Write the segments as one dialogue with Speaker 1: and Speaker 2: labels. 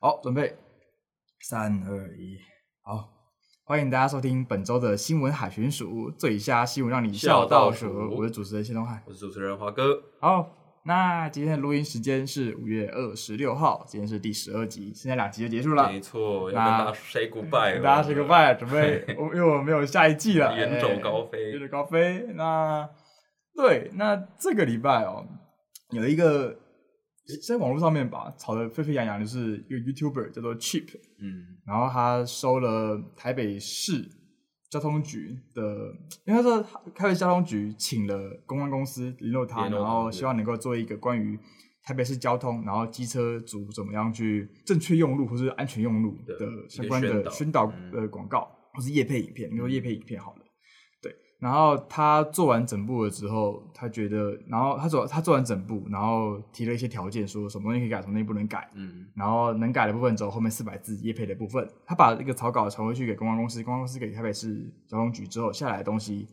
Speaker 1: 好，准备，三二一，好，欢迎大家收听本周的新闻海巡署，这一下新闻让你笑到
Speaker 2: 笑到
Speaker 1: 数，
Speaker 2: 数
Speaker 1: 我是主持人谢东海。
Speaker 2: 我是主持人华哥。
Speaker 1: 好，那今天的录音时间是五月二十六号，今天是第十二集，现在两集就结束了，
Speaker 2: 没错，要跟
Speaker 1: 那
Speaker 2: 大家 say goodbye，了
Speaker 1: 大家 say goodbye，准 备，我因为我们没有下一季了，
Speaker 2: 远走高
Speaker 1: 哎
Speaker 2: 飞
Speaker 1: 远走高飞。那对，那这个礼拜哦，有一个在网络上面吧吵得沸沸扬扬，就是一个 YouTuber 叫做 Cheap，
Speaker 2: 嗯，
Speaker 1: 然后他收了台北市交通局的，因为他说台北交通局请了公关公司联络他，
Speaker 2: 联络
Speaker 1: 然
Speaker 2: 他
Speaker 1: 后
Speaker 2: 对
Speaker 1: 希望能够做一个关于台北市交通，然后机车族怎么样去正确用路或是安全用路
Speaker 2: 对
Speaker 1: 的相
Speaker 2: 一个
Speaker 1: 关的
Speaker 2: 宣导
Speaker 1: 宣导
Speaker 2: 嗯
Speaker 1: 的广告，或是业配影片，你说业配影片好了。对，然后他做完整部了之后，他觉得，然后他做他做完整部，然后提了一些条件，说什么东西可以改，什么东西不能改，
Speaker 2: 嗯，
Speaker 1: 然后能改的部分只有后面四百字业配的部分，他把这个草稿传回去给公关公司，公关公司给台北市交通局之后，下来的东西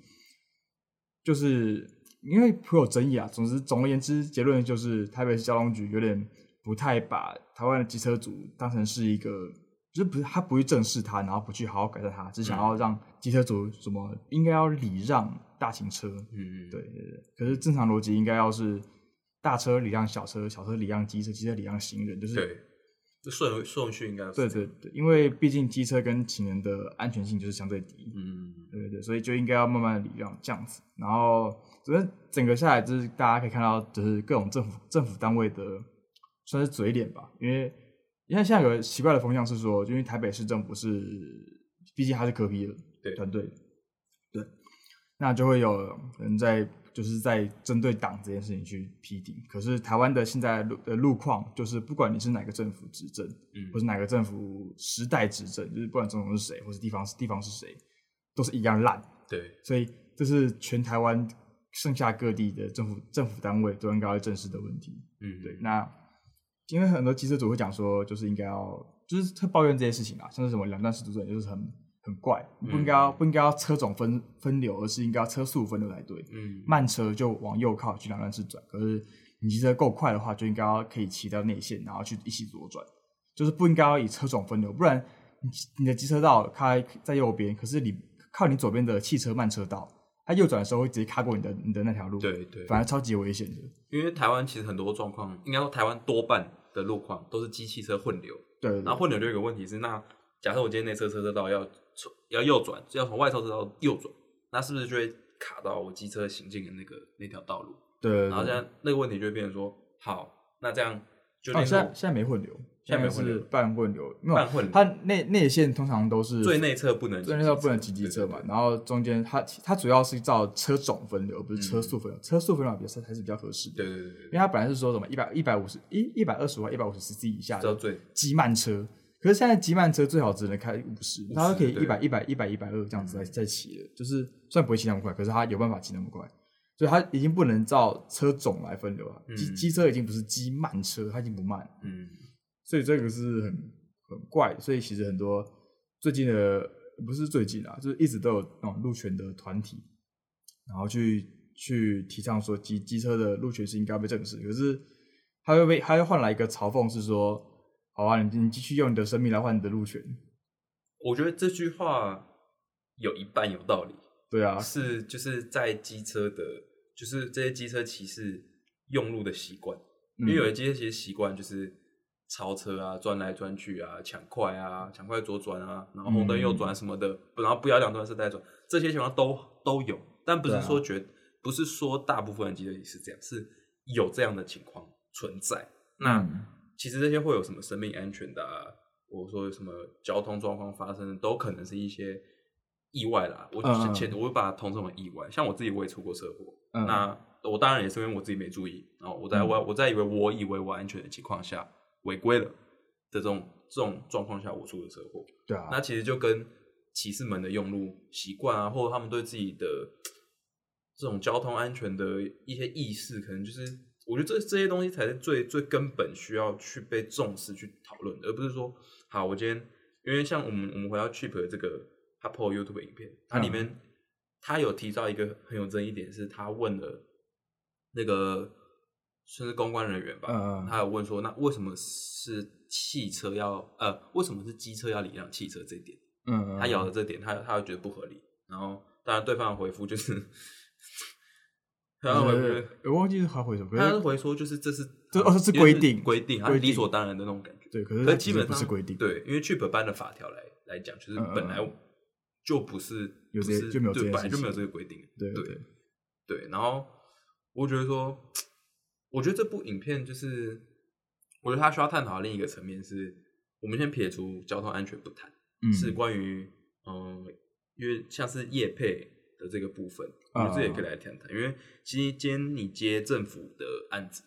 Speaker 1: 就是因为颇有争议啊。总之，总而言之，结论就是台北市交通局有点不太把台湾的机车族当成是一个，就是不是他不去正视它，然后不去好好改善它，只想要让机车族什么应该要礼让大型车，
Speaker 2: 嗯，
Speaker 1: 对，对对，可是正常逻辑应该要是大车礼让小车，小车礼让机车，机车礼让行人，就是
Speaker 2: 对，这顺顺序应该是
Speaker 1: 对对对，因为毕竟机车跟行人的安全性就是相对低，
Speaker 2: 嗯，
Speaker 1: 对对对，所以就应该要慢慢的礼让这样子。然后，只是整个下来就是大家可以看到，就是各种政府政府单位的算是嘴脸吧，因为因为现在有个奇怪的风向是说，就因为台北市政府是，毕竟它是科批的
Speaker 2: 对
Speaker 1: 团队，对，那就会有人在就是在针对党这件事情去批评。可是台湾的现在路的路况，就是不管你是哪个政府执政，
Speaker 2: 嗯
Speaker 1: 或是哪个政府时代执政，就是不管总统是谁，或是地方地方是谁，都是一样烂。
Speaker 2: 对，
Speaker 1: 所以这是全台湾剩下各地的政府政府单位都应该要正视的问题。
Speaker 2: 嗯，
Speaker 1: 对，那因为很多汽车主会讲说，就是应该要，就是会抱怨这些事情啊，像是什么两段式主政，就是很很怪，不应该要、
Speaker 2: 嗯
Speaker 1: 不应该要车种分分流，而是应该要车速分流才对。
Speaker 2: 嗯，
Speaker 1: 慢车就往右靠去两段式转，可是你骑车够快的话，就应该要可以骑到内线，然后去一起左转，就是不应该要以车种分流，不然你你的机车道开在右边，可是你靠你左边的汽车慢车道，它右转的时候会直接卡过你的你的那条路，，
Speaker 2: 对对，
Speaker 1: 反而超级危险的。
Speaker 2: 因为台湾其实很多状况，应该说台湾多半的路况都是机器车混流，
Speaker 1: 对对
Speaker 2: 然
Speaker 1: 对
Speaker 2: 后混流就有一个问题是，那假设我今天内侧车车道要从要右转，要从外侧车道右转，那是不是就会卡到我机车行进的那个那条道路？
Speaker 1: 对对，
Speaker 2: 然后
Speaker 1: 对
Speaker 2: 现在那个问题就会变成说，好，那这样就
Speaker 1: 哦，
Speaker 2: 令
Speaker 1: 现在
Speaker 2: 我
Speaker 1: 现在没混流，
Speaker 2: 现在没混流
Speaker 1: 是半混流，因为
Speaker 2: 半混流
Speaker 1: 它内内线通常都是
Speaker 2: 最内侧不能，
Speaker 1: 最内侧不能骑机车嘛，然后中间它它主要是照车种分流，不是车速分流，车速分流比较还是比较合适的，
Speaker 2: 对对对对
Speaker 1: 因为它本来是说什么一百一百五十一一百二十或一百五十 cc 以下
Speaker 2: 对，叫
Speaker 1: 的
Speaker 2: 最
Speaker 1: 极慢车，可是现在极慢车最好只能开五十，嗯它都可以一
Speaker 2: 对
Speaker 1: 百一百一百一百二这样子在在骑了，就是虽然不会骑那么快，可是它有办法骑那么快。所以它已经不能照车种来分流了，机
Speaker 2: 嗯
Speaker 1: 机车已经不是机慢车，它已经不慢了，
Speaker 2: 嗯
Speaker 1: 所以这个是很很怪，所以其实很多最近的不是最近啊，就是一直都有那种路权的团体，然后去去提倡说机机车的路权是应该被正视，可是他会被他会换来一个嘲讽是说，好啊，你你继续用你的生命来换你的路权，
Speaker 2: 我觉得这句话有一半有道理，
Speaker 1: 对啊，
Speaker 2: 是就是在机车的，就是这些机车骑士用路的习惯，因为有
Speaker 1: 嗯
Speaker 2: 些机车骑士习惯就是超车啊、钻来钻去啊、抢快啊、抢快左转啊，然后红灯右转什么
Speaker 1: 嗯
Speaker 2: 的，然后不要两段式带转，这些情况都都有，但不
Speaker 1: 对
Speaker 2: 是
Speaker 1: 啊
Speaker 2: 说绝，不是说大部分的机车骑士这样，是有这样的情况存在。那、
Speaker 1: 嗯
Speaker 2: 其实这些会有什么生命安全的、啊，我说有什么交通状况发生的，都可能是一些意外啦。我
Speaker 1: 嗯嗯
Speaker 2: 前前、我会把它统称为意外，像我自己我也出过车祸，
Speaker 1: 嗯
Speaker 2: 那我当然也是因为我自己没注意，然后我在
Speaker 1: 嗯
Speaker 2: 我我在以为我以为我安全的情况下违规了的这种这种状况下我出的车祸，
Speaker 1: 对啊，
Speaker 2: 那其实就跟骑士们的用路习惯啊，或者他们对自己的这种交通安全的一些意识，可能就是我觉得这这些东西才是最最根本需要去被重视、去讨论的，而不是说，好，我今天因为像我们我们回到 Cheap 的这个他 PO YouTube 影片，它里面、他有提到一个很有争议点，是他问了那个甚至公关人员吧，
Speaker 1: 嗯嗯
Speaker 2: 他有问说，那为什么是汽车要呃，为什么是机车要礼让汽车这一点？
Speaker 1: 嗯，嗯
Speaker 2: 他咬了这点，他他又觉得不合理。然后，当然对方的回复就是， 对方的回复就是
Speaker 1: 对，我忘记是他回什么，可
Speaker 2: 他是
Speaker 1: 是
Speaker 2: 回说就是这是
Speaker 1: 呃这哦这是规定
Speaker 2: 规定，他
Speaker 1: 规定
Speaker 2: 理所当然的那种感觉。
Speaker 1: 对，可是他
Speaker 2: 可是基
Speaker 1: 其实
Speaker 2: 本
Speaker 1: 不
Speaker 2: 上
Speaker 1: 是规定，
Speaker 2: 对，因为 Chip 班的法条来来讲，就是
Speaker 1: 嗯嗯
Speaker 2: 本来就不是
Speaker 1: 有这
Speaker 2: 不是
Speaker 1: 就没有这
Speaker 2: 对，
Speaker 1: 件
Speaker 2: 本来
Speaker 1: 事
Speaker 2: 就没有
Speaker 1: 情
Speaker 2: 这个规定。啊
Speaker 1: 对
Speaker 2: 对
Speaker 1: 对
Speaker 2: 对，然后我觉得说，我觉得这部影片就是，我觉得它需要探讨的另一个层面是，我们先撇除交通安全不谈，
Speaker 1: 嗯
Speaker 2: 是关于嗯、呃因为像是业配的这个部分，我觉得这也可以来谈谈。因为其实今天你接政府的案子，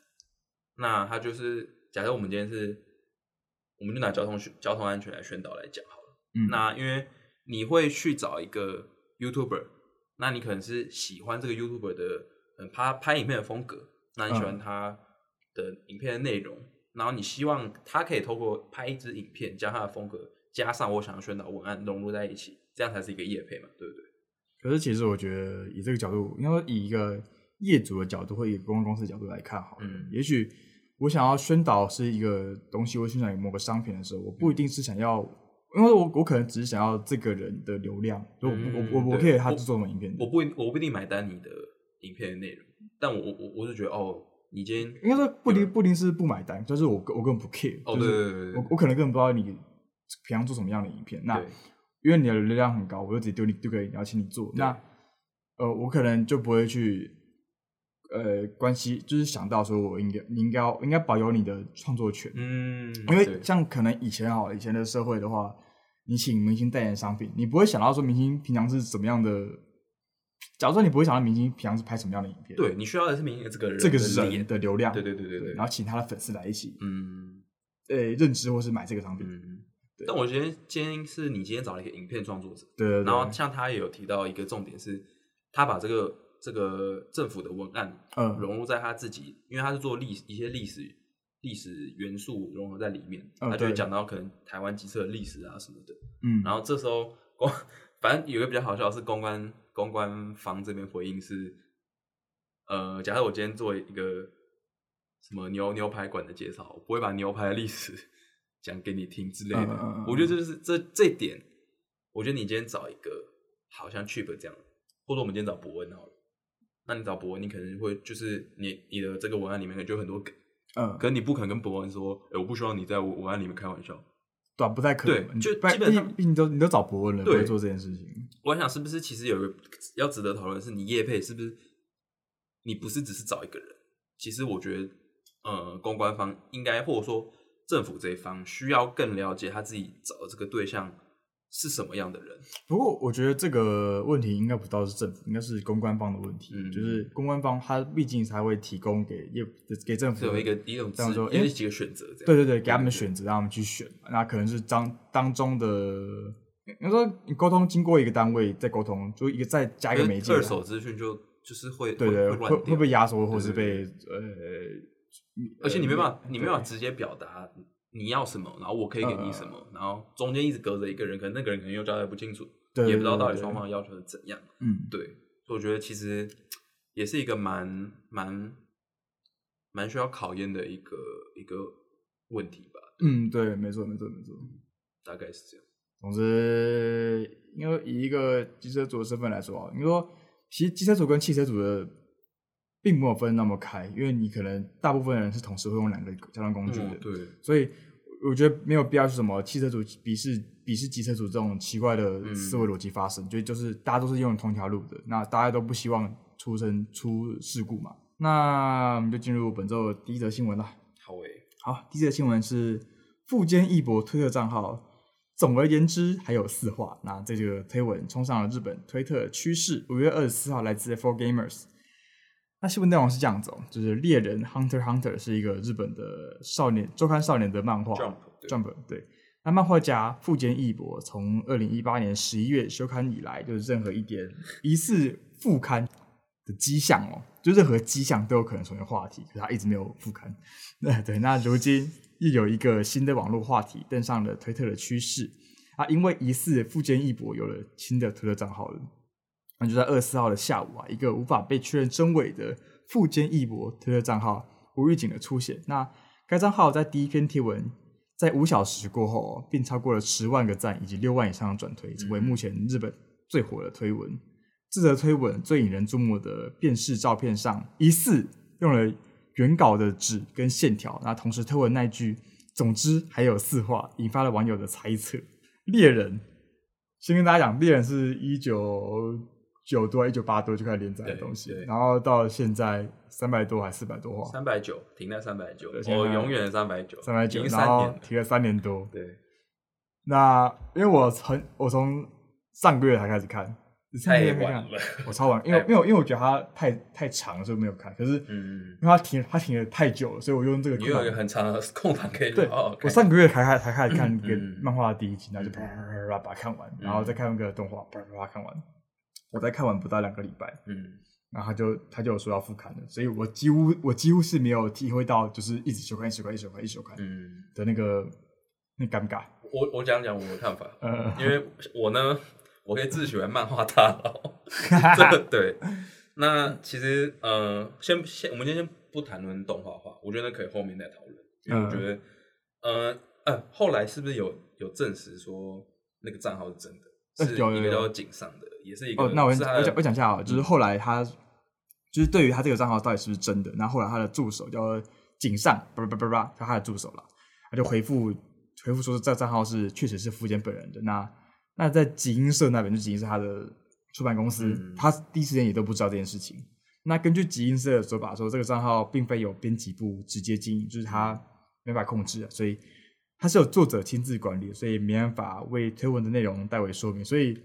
Speaker 2: 那它就是假设我们今天是，我们就拿交通宣交通安全来宣导来讲好了。
Speaker 1: 嗯
Speaker 2: 那因为你会去找一个 YouTuber，那你可能是喜欢这个 YouTuber 的，嗯，他拍影片的风格，那你
Speaker 1: 嗯
Speaker 2: 喜欢他的影片的内容，然后你希望他可以透过拍一支影片，将他的风格加上我想要宣导文案融入在一起，这样才是一个业配嘛，对不对？
Speaker 1: 可是其实我觉得，以这个角度，应该说以一个业主的角度或以公关公司的角度来看，好了，
Speaker 2: 嗯
Speaker 1: 也许我想要宣导是一个东西，我宣传某个商品的时候，我不
Speaker 2: 嗯
Speaker 1: 一定是想要，因为我我可能只是想要这个人的流量，所以我不、我
Speaker 2: 嗯
Speaker 1: 我我
Speaker 2: 对
Speaker 1: 可以他制作什么影片的
Speaker 2: 我不一我不一定买单你的影片的内容，但我我我是觉得哦，你今天
Speaker 1: 应该说不一定不一定是不买单，就是我我根本不 care，、
Speaker 2: 哦
Speaker 1: 就
Speaker 2: 对
Speaker 1: 是
Speaker 2: 对对对
Speaker 1: 我我可能根本不知道你平常做什么样的影片，那
Speaker 2: 对
Speaker 1: 因为你的流量很高，我就直接丢你丢给你，要请你做。那呃，我可能就不会去呃关系，就是想到说我应该你应该要应该保有你的创作权，
Speaker 2: 嗯，
Speaker 1: 因为
Speaker 2: 对
Speaker 1: 像可能以前好了以前的社会的话，你请明星代言商品，你不会想到说明星平常是怎么样的。假如说你不会想到明星平常是拍什么样的影片，，
Speaker 2: 对你需要的是明星的这个人
Speaker 1: 这个
Speaker 2: 的脸
Speaker 1: 人的流量，
Speaker 2: 对对对对对，
Speaker 1: 然后请他的粉丝来一起
Speaker 2: 嗯
Speaker 1: 呃认知或是买这个商品，
Speaker 2: 嗯
Speaker 1: 对，
Speaker 2: 但我觉得今天是你今天找了一个影片创作者，
Speaker 1: 对对对，
Speaker 2: 然后像他也有提到一个重点是，他把这个这个政府的文案
Speaker 1: 嗯
Speaker 2: 融入在他自己，因为他是做历一些历史历史元素融合在里面，
Speaker 1: 嗯
Speaker 2: 他就会
Speaker 1: 对
Speaker 2: 讲到可能台湾机车的历史啊什么的。
Speaker 1: 嗯，
Speaker 2: 然后这时候公，反正有一个比较好笑的是公关公关方这边回应是，呃，假设我今天做一个什么牛牛排馆的介绍，我不会把牛排的历史讲给你听之类的。
Speaker 1: 嗯嗯嗯嗯
Speaker 2: 我觉得这就是这这点，我觉得你今天找一个好像 Chip 这样，或者我们今天找博文好了。那你找博文，你可能会就是你你的这个文案里面可能就有很多梗，
Speaker 1: 嗯，
Speaker 2: 可是你不可能跟博文说，哎、我不希望你在我文案里面开玩笑，
Speaker 1: 对啊，不太可能
Speaker 2: 对
Speaker 1: 吧。你
Speaker 2: 就
Speaker 1: 不然
Speaker 2: 基本上
Speaker 1: 毕毕竟都你都找博文了，不
Speaker 2: 对
Speaker 1: 会做这件事情。
Speaker 2: 我想是不是其实有一个要值得讨论，是你业配是不是你不是只是找一个人？其实我觉得，呃，公关方应该或者说政府这一方需要更了解他自己找的这个对象是什么样的人。
Speaker 1: 不过我觉得这个问题应该不到是政府，应该是公关方的问题。
Speaker 2: 嗯
Speaker 1: 就是公关方他毕竟才会提供给业给政
Speaker 2: 是
Speaker 1: 府
Speaker 2: 有一个一种
Speaker 1: 这样
Speaker 2: 自
Speaker 1: 说，
Speaker 2: 因
Speaker 1: 诶
Speaker 2: 为几个选择这样。
Speaker 1: 对对对，给他们
Speaker 2: 对
Speaker 1: 选择，让他们去选嘛。那可能是当当中的，应该说你沟通经过一个单位再沟通，就一个再加一个
Speaker 2: 因为
Speaker 1: 媒介啊，
Speaker 2: 二手资讯就就是会
Speaker 1: 对
Speaker 2: 会
Speaker 1: 对，
Speaker 2: 会
Speaker 1: 会
Speaker 2: 乱
Speaker 1: 会
Speaker 2: 掉，
Speaker 1: 被压缩，或
Speaker 2: 对
Speaker 1: 是被
Speaker 2: 对
Speaker 1: 呃，
Speaker 2: 而且你没办法
Speaker 1: 呃，
Speaker 2: 你没办法直接表达你要什么，然后我可以给你什
Speaker 1: 嗯
Speaker 2: 么，然后中间一直隔着一个人，可能那个人可能又交代不清楚，
Speaker 1: 对对
Speaker 2: 也不知道
Speaker 1: 对
Speaker 2: 到底
Speaker 1: 对
Speaker 2: 双方的要求是怎样。
Speaker 1: 嗯，
Speaker 2: 对，所以我觉得其实也是一个蛮蛮蛮需要考验的一个一个问题吧，
Speaker 1: 嗯，对，没错没错没错。
Speaker 2: 大概是这样。
Speaker 1: 总之，因为以一个机车族的身份来说啊，你说其实机车族跟汽车族的并没有分那么开，因为你可能大部分人是同时会用两个交通工具的，
Speaker 2: 嗯对，
Speaker 1: 所以我我觉得没有必要去什么汽车族鄙视鄙视机车族这种奇怪的
Speaker 2: 嗯
Speaker 1: 思维逻辑发生，就就是大家都是用同条路的，那大家都不希望出生出事故嘛。那我们就进入本周的第一则新闻啦。
Speaker 2: 好诶，
Speaker 1: 好，第一则新闻是富坚义博推特账号。总而言之，还有四话。那这个推文冲上了日本推特趋势。五月二十四号来自 Four Gamers。那新闻内容是这样子、哦，就是《猎人 Hunter x Hunter》是一个日本的少年周刊少年的漫画。
Speaker 2: Jump，对
Speaker 1: Jump 对。那漫画家富坚义博从二零一八年十一月休刊以来，就是任何一点疑似复刊的迹象哦，就任何迹象都有可能成为话题，可是他一直没有复刊。那对，那如今又有一个新的网络话题登上了推特的趋势啊，因为疑似富坚义博有了新的推特账号了。那就在二十四号的下午啊，一个无法被确认真伪的富坚义博推特账号无预警的出血。那该账号在第一篇贴文在五小时过后、哦，并超过了十万个赞以及六万以上的转推，成为目前日本最火的推文。这则推文最引人注目的便是照片上疑似用了原稿的纸跟线条，那同时推文那句“总之还有四话”，引发了网友的猜测。猎人，先跟大家讲，猎人是一九九多、一九八多就开始连载的东西
Speaker 2: 对，对
Speaker 1: 然后到现在三百多还四百多话，
Speaker 2: 三百九停在三百九，
Speaker 1: 对现在
Speaker 2: 我永远三百九，
Speaker 1: 三百
Speaker 2: 已
Speaker 1: 九，
Speaker 2: 经
Speaker 1: 然
Speaker 2: 三
Speaker 1: 后
Speaker 2: 年了。
Speaker 1: 提了三年多。
Speaker 2: 对，
Speaker 1: 那因为我很，我从上个月才开始看，上个
Speaker 2: 太
Speaker 1: 月开始
Speaker 2: 晚
Speaker 1: 看
Speaker 2: 了。
Speaker 1: 我超晚，因为因为我因为我觉得它太太长了，所以没有看。可是因
Speaker 2: 哎嗯，
Speaker 1: 为它停它停的太久了，所以我用这个
Speaker 2: 你
Speaker 1: 空
Speaker 2: 有一
Speaker 1: 档
Speaker 2: 个很长的空档可以哦
Speaker 1: 对，
Speaker 2: 好好
Speaker 1: 我
Speaker 2: 看。
Speaker 1: 上个月才开才开始看那个
Speaker 2: 嗯
Speaker 1: 漫画的第一集，然后就啪啪啪啪啪把它看完，然后再看那个动画，啪啪啪看完。我才看完不到两个礼拜，
Speaker 2: 嗯，
Speaker 1: 然后他就他就有说要复刊了，所以我几乎我几乎是没有体会到就是一直休刊一直休刊一直休刊一直休刊
Speaker 2: 嗯，
Speaker 1: 的那个那尴尬。
Speaker 2: 我我讲讲我的看法，
Speaker 1: 呃，
Speaker 2: 因为我呢，我可以自诩为漫画大 佬。这个对。那其实，呃，先先，我们今天先不谈论动画化，我觉得可以后面再讨论，因为我觉
Speaker 1: 嗯
Speaker 2: 得，呃，呃，后来是不是有有证实说那个账号是真的，
Speaker 1: 呃
Speaker 2: 是
Speaker 1: 有有
Speaker 2: 一个
Speaker 1: 有
Speaker 2: 叫井上的，也是一个。嗯
Speaker 1: 哦，那我
Speaker 2: 是
Speaker 1: 先
Speaker 2: 他
Speaker 1: 我
Speaker 2: 的
Speaker 1: 讲我讲一下啊，就是后来他就是对于他这个账号到底是不是真的，然后后来他的助手叫井上，叭叭叭叭，他他的助手了，他就回复回复说这账号是确实是福建本人的。那那在集英社那边，就集英社他的出版公司，
Speaker 2: 嗯
Speaker 1: 他第一时间也都不知道这件事情。那根据集英社的说法说，这个账号并非有编辑部直接经营，就是
Speaker 2: 嗯
Speaker 1: 他没法控制啊，所以它是有作者亲自管理，所以没办法为推文的内容代为说明。所以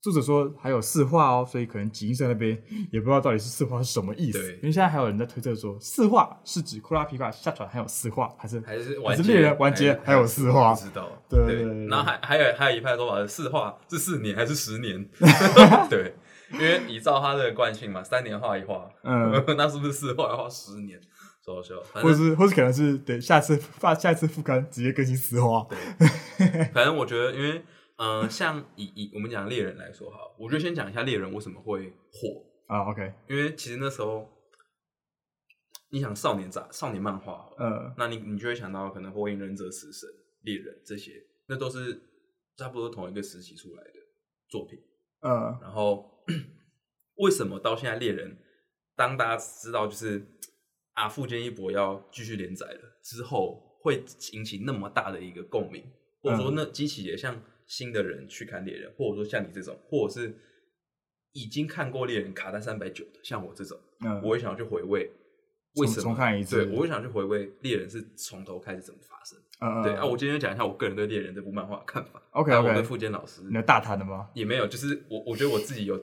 Speaker 1: 作者说还有四化哦，所以可能集英社那 边也不知道到底是四化是什么意思，
Speaker 2: 对
Speaker 1: 因为现在还有人在推测说四化是指库拉皮卡下船还有四化，还是
Speaker 2: 还是
Speaker 1: 还
Speaker 2: 完结
Speaker 1: 是猎人完结
Speaker 2: 还
Speaker 1: 还有四话
Speaker 2: 不知道。
Speaker 1: 对对对
Speaker 2: 对，然后还还有还有一派说法是四话是四年还是十 年？对，因为依照他的惯性嘛，三年画一画，
Speaker 1: 嗯，
Speaker 2: 那是不是四画要画十年？超好笑。反
Speaker 1: 或
Speaker 2: 正
Speaker 1: 是或是可能是对下次发下次复刊直接更新四化，
Speaker 2: 反正我觉得，因为嗯、呃像以以我们讲猎人来说哈，我就先讲一下猎人为什么会火，
Speaker 1: 啊，OK，
Speaker 2: 因为其实那时候你想少年杂少年漫画好了，
Speaker 1: 呃，
Speaker 2: 那你你就会想到可能火影忍者、死神、猎人这些，那都是差不多同一个时期出来的作品。
Speaker 1: 呃，
Speaker 2: 然后为什么到现在猎人，当大家知道就是啊富坚义博要继续连载了之后，会引起那么大的一个共鸣，或者说那激起也像新的人去看猎人，或者说像你这种，或者是已经看过猎人卡在三百九的，像我这种，
Speaker 1: 嗯
Speaker 2: 我会想要去回味。为什么
Speaker 1: 重看一次
Speaker 2: 对，我会想去回味猎人是从头开始怎么发生。
Speaker 1: 呃，
Speaker 2: 对啊，我今天讲一下我个人对猎人这部漫画的看法。啊
Speaker 1: OK，OK
Speaker 2: 还有我对富坚老师
Speaker 1: 你的大谈了吗？
Speaker 2: 也没有，就是我我觉得我自己有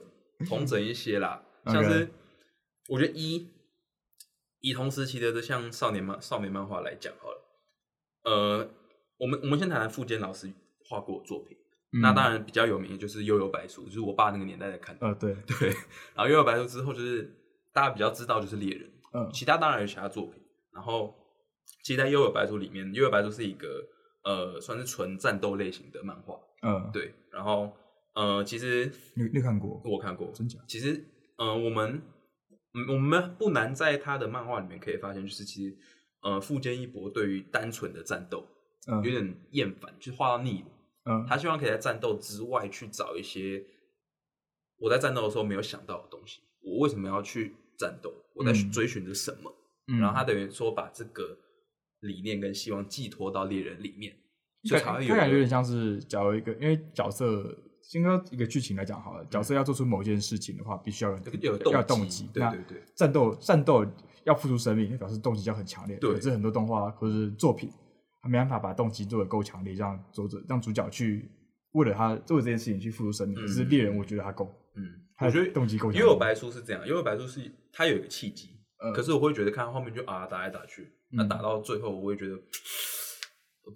Speaker 2: 同整一些啦，
Speaker 1: OK
Speaker 2: 像是我觉得一以同时期的这像少年漫少年漫画来讲好了，呃，我们我们先谈谈富坚老师画过的作品，那当
Speaker 1: 然，
Speaker 2: 然比较有名的就是《幽游白书》，就是我爸那个年代在看的，
Speaker 1: 嗯呃，对，
Speaker 2: 对，然后《幽游白书》之后就是大家比较知道就是猎人，
Speaker 1: 嗯
Speaker 2: 其他当然有其他作品。然后，其实，在《幽游白书》里面，《幽游白书》是一个呃，算是纯战斗类型的漫画。
Speaker 1: 嗯，
Speaker 2: 对，然后呃，其实
Speaker 1: 你你有看过？
Speaker 2: 我看过，
Speaker 1: 真假
Speaker 2: 其实呃，我们嗯我们不难在他的漫画里面可以发现，就是其实呃，富坚义博对于单纯的战斗
Speaker 1: 嗯
Speaker 2: 有点厌烦，就画到腻了。
Speaker 1: 嗯，
Speaker 2: 他希望可以在战斗之外去找一些我在战斗的时候没有想到的东西。我为什么要去战斗？我在
Speaker 1: 嗯
Speaker 2: 追寻着什么？
Speaker 1: 嗯
Speaker 2: 然后他等于说把这个理念跟希望寄托到猎人里面，所
Speaker 1: 感他
Speaker 2: 以才会有
Speaker 1: 感觉有点
Speaker 2: 一个
Speaker 1: 像是，假如一个，因为角色先说一个剧情来讲好了，角色要做出某件事情的话，必须要有
Speaker 2: 嗯有
Speaker 1: 要有
Speaker 2: 动
Speaker 1: 动机。
Speaker 2: 对
Speaker 1: 那
Speaker 2: 对对，
Speaker 1: 战斗战斗要付出生命，那表示动机要很强烈。
Speaker 2: 对
Speaker 1: 可是很多动画或者是作品，他没办法把动机做得够强烈，让作者让主角去为了他为这件事情去付出生命。
Speaker 2: 嗯
Speaker 1: 可是猎人，我觉得他够，
Speaker 2: 嗯，
Speaker 1: 他
Speaker 2: 我觉
Speaker 1: 的
Speaker 2: 得
Speaker 1: 动机够强烈。
Speaker 2: 因为我白书是这样，因为我白书是它有一个契机，
Speaker 1: 呃
Speaker 2: 可是我会觉得看到后面就啊打来打去，那、
Speaker 1: 嗯
Speaker 2: 打到最后我会觉得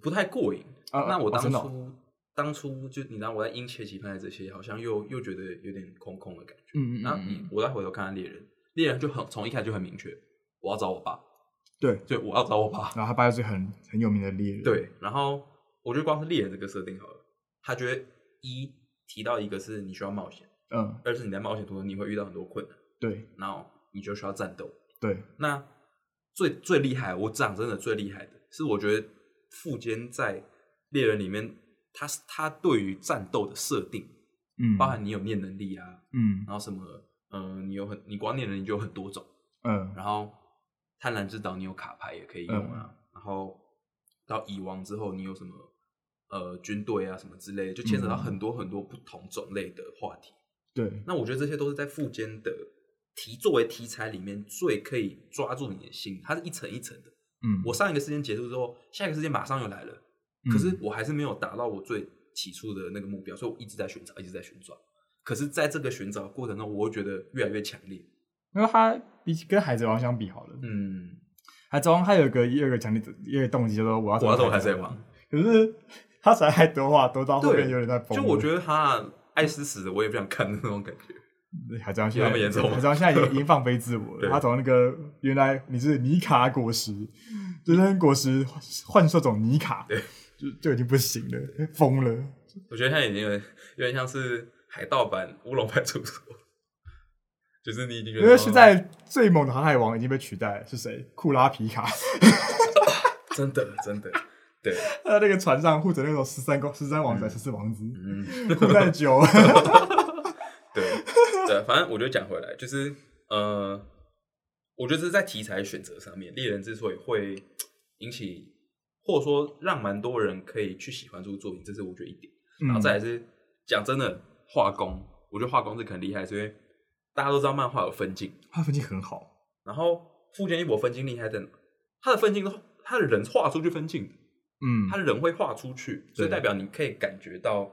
Speaker 2: 不太过瘾。
Speaker 1: 啊
Speaker 2: 那我
Speaker 1: 哦
Speaker 2: 当
Speaker 1: 真
Speaker 2: 初、
Speaker 1: 的哦
Speaker 2: 当初就你知道我在殷切期盼的这些，好像又又觉得有点空空的感觉。
Speaker 1: 嗯嗯
Speaker 2: 那
Speaker 1: 嗯
Speaker 2: 你
Speaker 1: 嗯，
Speaker 2: 我再回头看看猎人，猎人就很从一开始就很明确，我要找我爸，
Speaker 1: 对。
Speaker 2: 对，我要找我爸。
Speaker 1: 然后他爸又是很很有名的猎人，，
Speaker 2: 对，然后我觉得光是猎人这个设定好了，他觉得一提到一个是你需要冒险，
Speaker 1: 嗯，
Speaker 2: 二是你在冒险途中你会遇到很多困难，
Speaker 1: 对
Speaker 2: 然后你就需要战斗。
Speaker 1: 对，
Speaker 2: 那最最厉害，我讲真的最厉害的是，我觉得富坚在猎人里面，他他对于战斗的设定，
Speaker 1: 嗯，
Speaker 2: 包含你有念能力啊，
Speaker 1: 嗯
Speaker 2: 然后什么，嗯、你有很你光念能力就有很多种，
Speaker 1: 嗯
Speaker 2: 然后贪婪之岛你有卡牌也可以用啊，然后到蚁王之后你有什么呃军队啊什么之类的，就牵扯到
Speaker 1: 嗯
Speaker 2: 很多很多不同种类的话题。
Speaker 1: 对，
Speaker 2: 那我觉得这些都是在附间的题作为题材里面最可以抓住你的心，它是一层一层的。
Speaker 1: 嗯，
Speaker 2: 我上一个事件结束之后，下一个事件马上又来了，
Speaker 1: 嗯
Speaker 2: 可是我还是没有达到我最起初的那个目标，所以我一直在寻找，一直在寻找。可是，在这个寻找过程中，我会觉得越来越强烈。
Speaker 1: 因为它比起跟海贼王相比好了，
Speaker 2: 嗯，
Speaker 1: 海贼王它有一个有一个强烈的一个动机，叫做我要
Speaker 2: 我要
Speaker 1: 做
Speaker 2: 做海贼王，
Speaker 1: 可是他才还多话多到后面
Speaker 2: 对
Speaker 1: 有点在疯
Speaker 2: 就
Speaker 1: 了。
Speaker 2: 我觉得他爱死死的，我也不想看的那种感觉。
Speaker 1: 海贼王现在
Speaker 2: 有那么严重吗
Speaker 1: 海贼王现在已经已经放飞自我
Speaker 2: 对
Speaker 1: 了。他从那个原来你是尼卡果实，就是那果实幻兽种尼卡，
Speaker 2: 嗯对，
Speaker 1: 就就已经不行了，疯了。
Speaker 2: 我觉得现在已经有点有点像是海盗版乌龙派出所， 就是你已经觉
Speaker 1: 因
Speaker 2: 得
Speaker 1: 为
Speaker 2: 哦
Speaker 1: 现在最猛的航海王已经被取代了，是谁？库拉皮 卡，
Speaker 2: 真的真的对，
Speaker 1: 他在那个船上护着那种十三公十三王子、十四王子，
Speaker 2: 嗯，
Speaker 1: 护太 久。嗯
Speaker 2: 对对，啊反正我觉得讲回来，就是呃，我觉得这是在题材选择上面，猎人之所以会引起，或者说让蛮多人可以去喜欢这部作品，这是我觉得一点。然后
Speaker 1: 嗯
Speaker 2: 再来是讲真的，画工，我觉得画工是很厉害，是因为大家都知道漫画有分镜，
Speaker 1: 他分镜很好，
Speaker 2: 然后富坚义博分镜厉害在哪？他的分镜都他的人画出去分镜的，
Speaker 1: 嗯
Speaker 2: 他的人会画出去，所
Speaker 1: 对
Speaker 2: 以代表你可以感觉到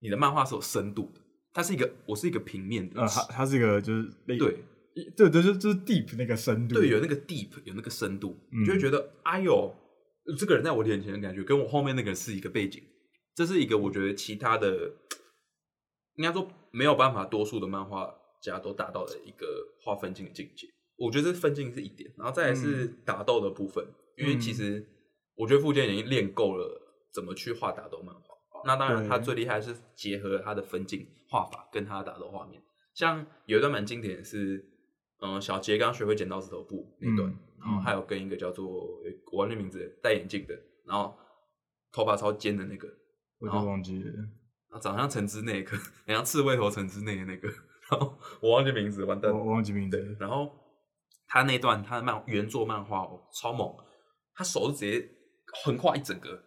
Speaker 2: 你的漫画是有深度的。它是一个，我是一个平面的，
Speaker 1: 呃，他他是一个就是类
Speaker 2: 对
Speaker 1: 对对，就就是 deep 那个深度，
Speaker 2: 对，有那个 deep，有那个深度，
Speaker 1: 嗯
Speaker 2: 你就会觉得，哎呦，这个人在我眼前的感觉，跟我后面那个人是一个背景，这是一个我觉得其他的，应该说没有办法，多数的漫画家都达到的一个画分镜的境界。我觉得这分镜是一点，然后再来是
Speaker 1: 嗯
Speaker 2: 打斗的部分，因为其实我觉得富坚已经练够了怎么去画打斗漫画。那当然，
Speaker 1: 对
Speaker 2: 他最厉害是结合了他的分镜画法跟他的打斗画面。像有一段蛮经典的是，嗯，小杰刚学会剪刀石头布那段，
Speaker 1: 嗯
Speaker 2: 然后
Speaker 1: 嗯
Speaker 2: 还有跟一个叫做我忘记名字，戴眼镜的，然后头发超尖的那个，
Speaker 1: 我就忘记了。
Speaker 2: 然后长得像橙之内个， 很像刺猬头橙之内的那个，然后我忘记名字，完蛋
Speaker 1: 我我忘记名字了。
Speaker 2: 然后他那段他的漫原作漫画哦，超猛，他手是直接横跨一整个，
Speaker 1: 嗯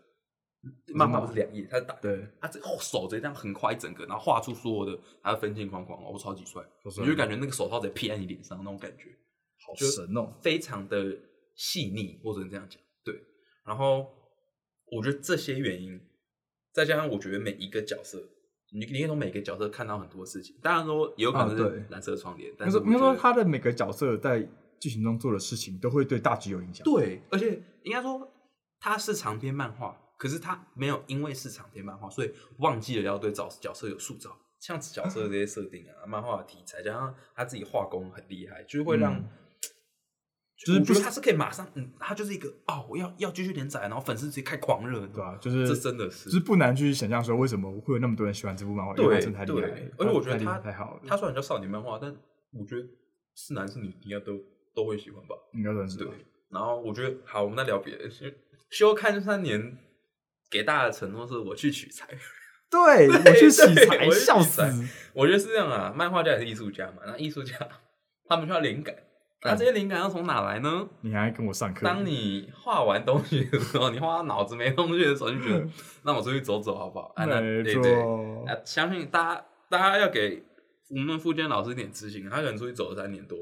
Speaker 2: 漫画不是两页，他打
Speaker 1: 对，
Speaker 2: 他这哦手直接这样横跨一整个，然后画出所有的他的分镜框框，哦，超级帅，
Speaker 1: 超帅
Speaker 2: 你就感觉那个手套在劈在你脸上那种感觉，
Speaker 1: 好
Speaker 2: 就
Speaker 1: 哦！
Speaker 2: 非常的细腻，或者这样讲，对。然后我觉得这些原因，再加上我觉得每一个角色，你你可以从每个角色看到很多事情，当然说也有可能
Speaker 1: 啊
Speaker 2: 是
Speaker 1: 对
Speaker 2: 蓝色窗帘，但
Speaker 1: 但
Speaker 2: 是
Speaker 1: 是
Speaker 2: 我
Speaker 1: 应该
Speaker 2: 觉
Speaker 1: 说
Speaker 2: 得
Speaker 1: 他的每个角色在剧情中做的事情都会对大局有影响。，
Speaker 2: 对，而且应该说它是长篇漫画，可是它没有因为是长篇漫画，所以忘记了要对角角色有塑造，像角色的这些设定啊， 漫画的题材，加上他自己画工很厉害，就是会让。
Speaker 1: 嗯就是
Speaker 2: 我觉
Speaker 1: 不
Speaker 2: 得
Speaker 1: 是
Speaker 2: 他是可以马上，嗯，他就是一个哦，我要要继续连载，然后粉丝直接开狂热，
Speaker 1: 对
Speaker 2: 吧？
Speaker 1: 啊，就是
Speaker 2: 这真的是
Speaker 1: 就是不难去想象说为什么会有那么多人喜欢这部漫画，因为
Speaker 2: 对
Speaker 1: 它真的太厉害
Speaker 2: 对
Speaker 1: 了，。
Speaker 2: 而且我
Speaker 1: 它
Speaker 2: 觉得
Speaker 1: 太厉
Speaker 2: 他
Speaker 1: 害太好了，
Speaker 2: 他虽然叫少年漫画，但我觉得是男是女应该都都会喜欢吧。
Speaker 1: 应该算是
Speaker 2: 对
Speaker 1: 吧，
Speaker 2: 然后我觉得好，我们再聊别的。 休刊三年，给大家的承诺是我去取材，
Speaker 1: 对我去洗
Speaker 2: 对
Speaker 1: 材，
Speaker 2: 我去洗
Speaker 1: 笑死！
Speaker 2: 材我觉得是这样啊。漫画家也是艺术家嘛，那艺术家他们需要灵感，那这些灵感要从哪来呢？
Speaker 1: 你还跟我上课？
Speaker 2: 当你画完东西的时候，你画到脑子没东西的时候，就觉 得那我出去走走好不好？啊，那
Speaker 1: 没
Speaker 2: 对
Speaker 1: 错
Speaker 2: 对，
Speaker 1: 哦
Speaker 2: 啊，相信大家大家要给我们傅坚老师一点自信，他可能出去走了三年多，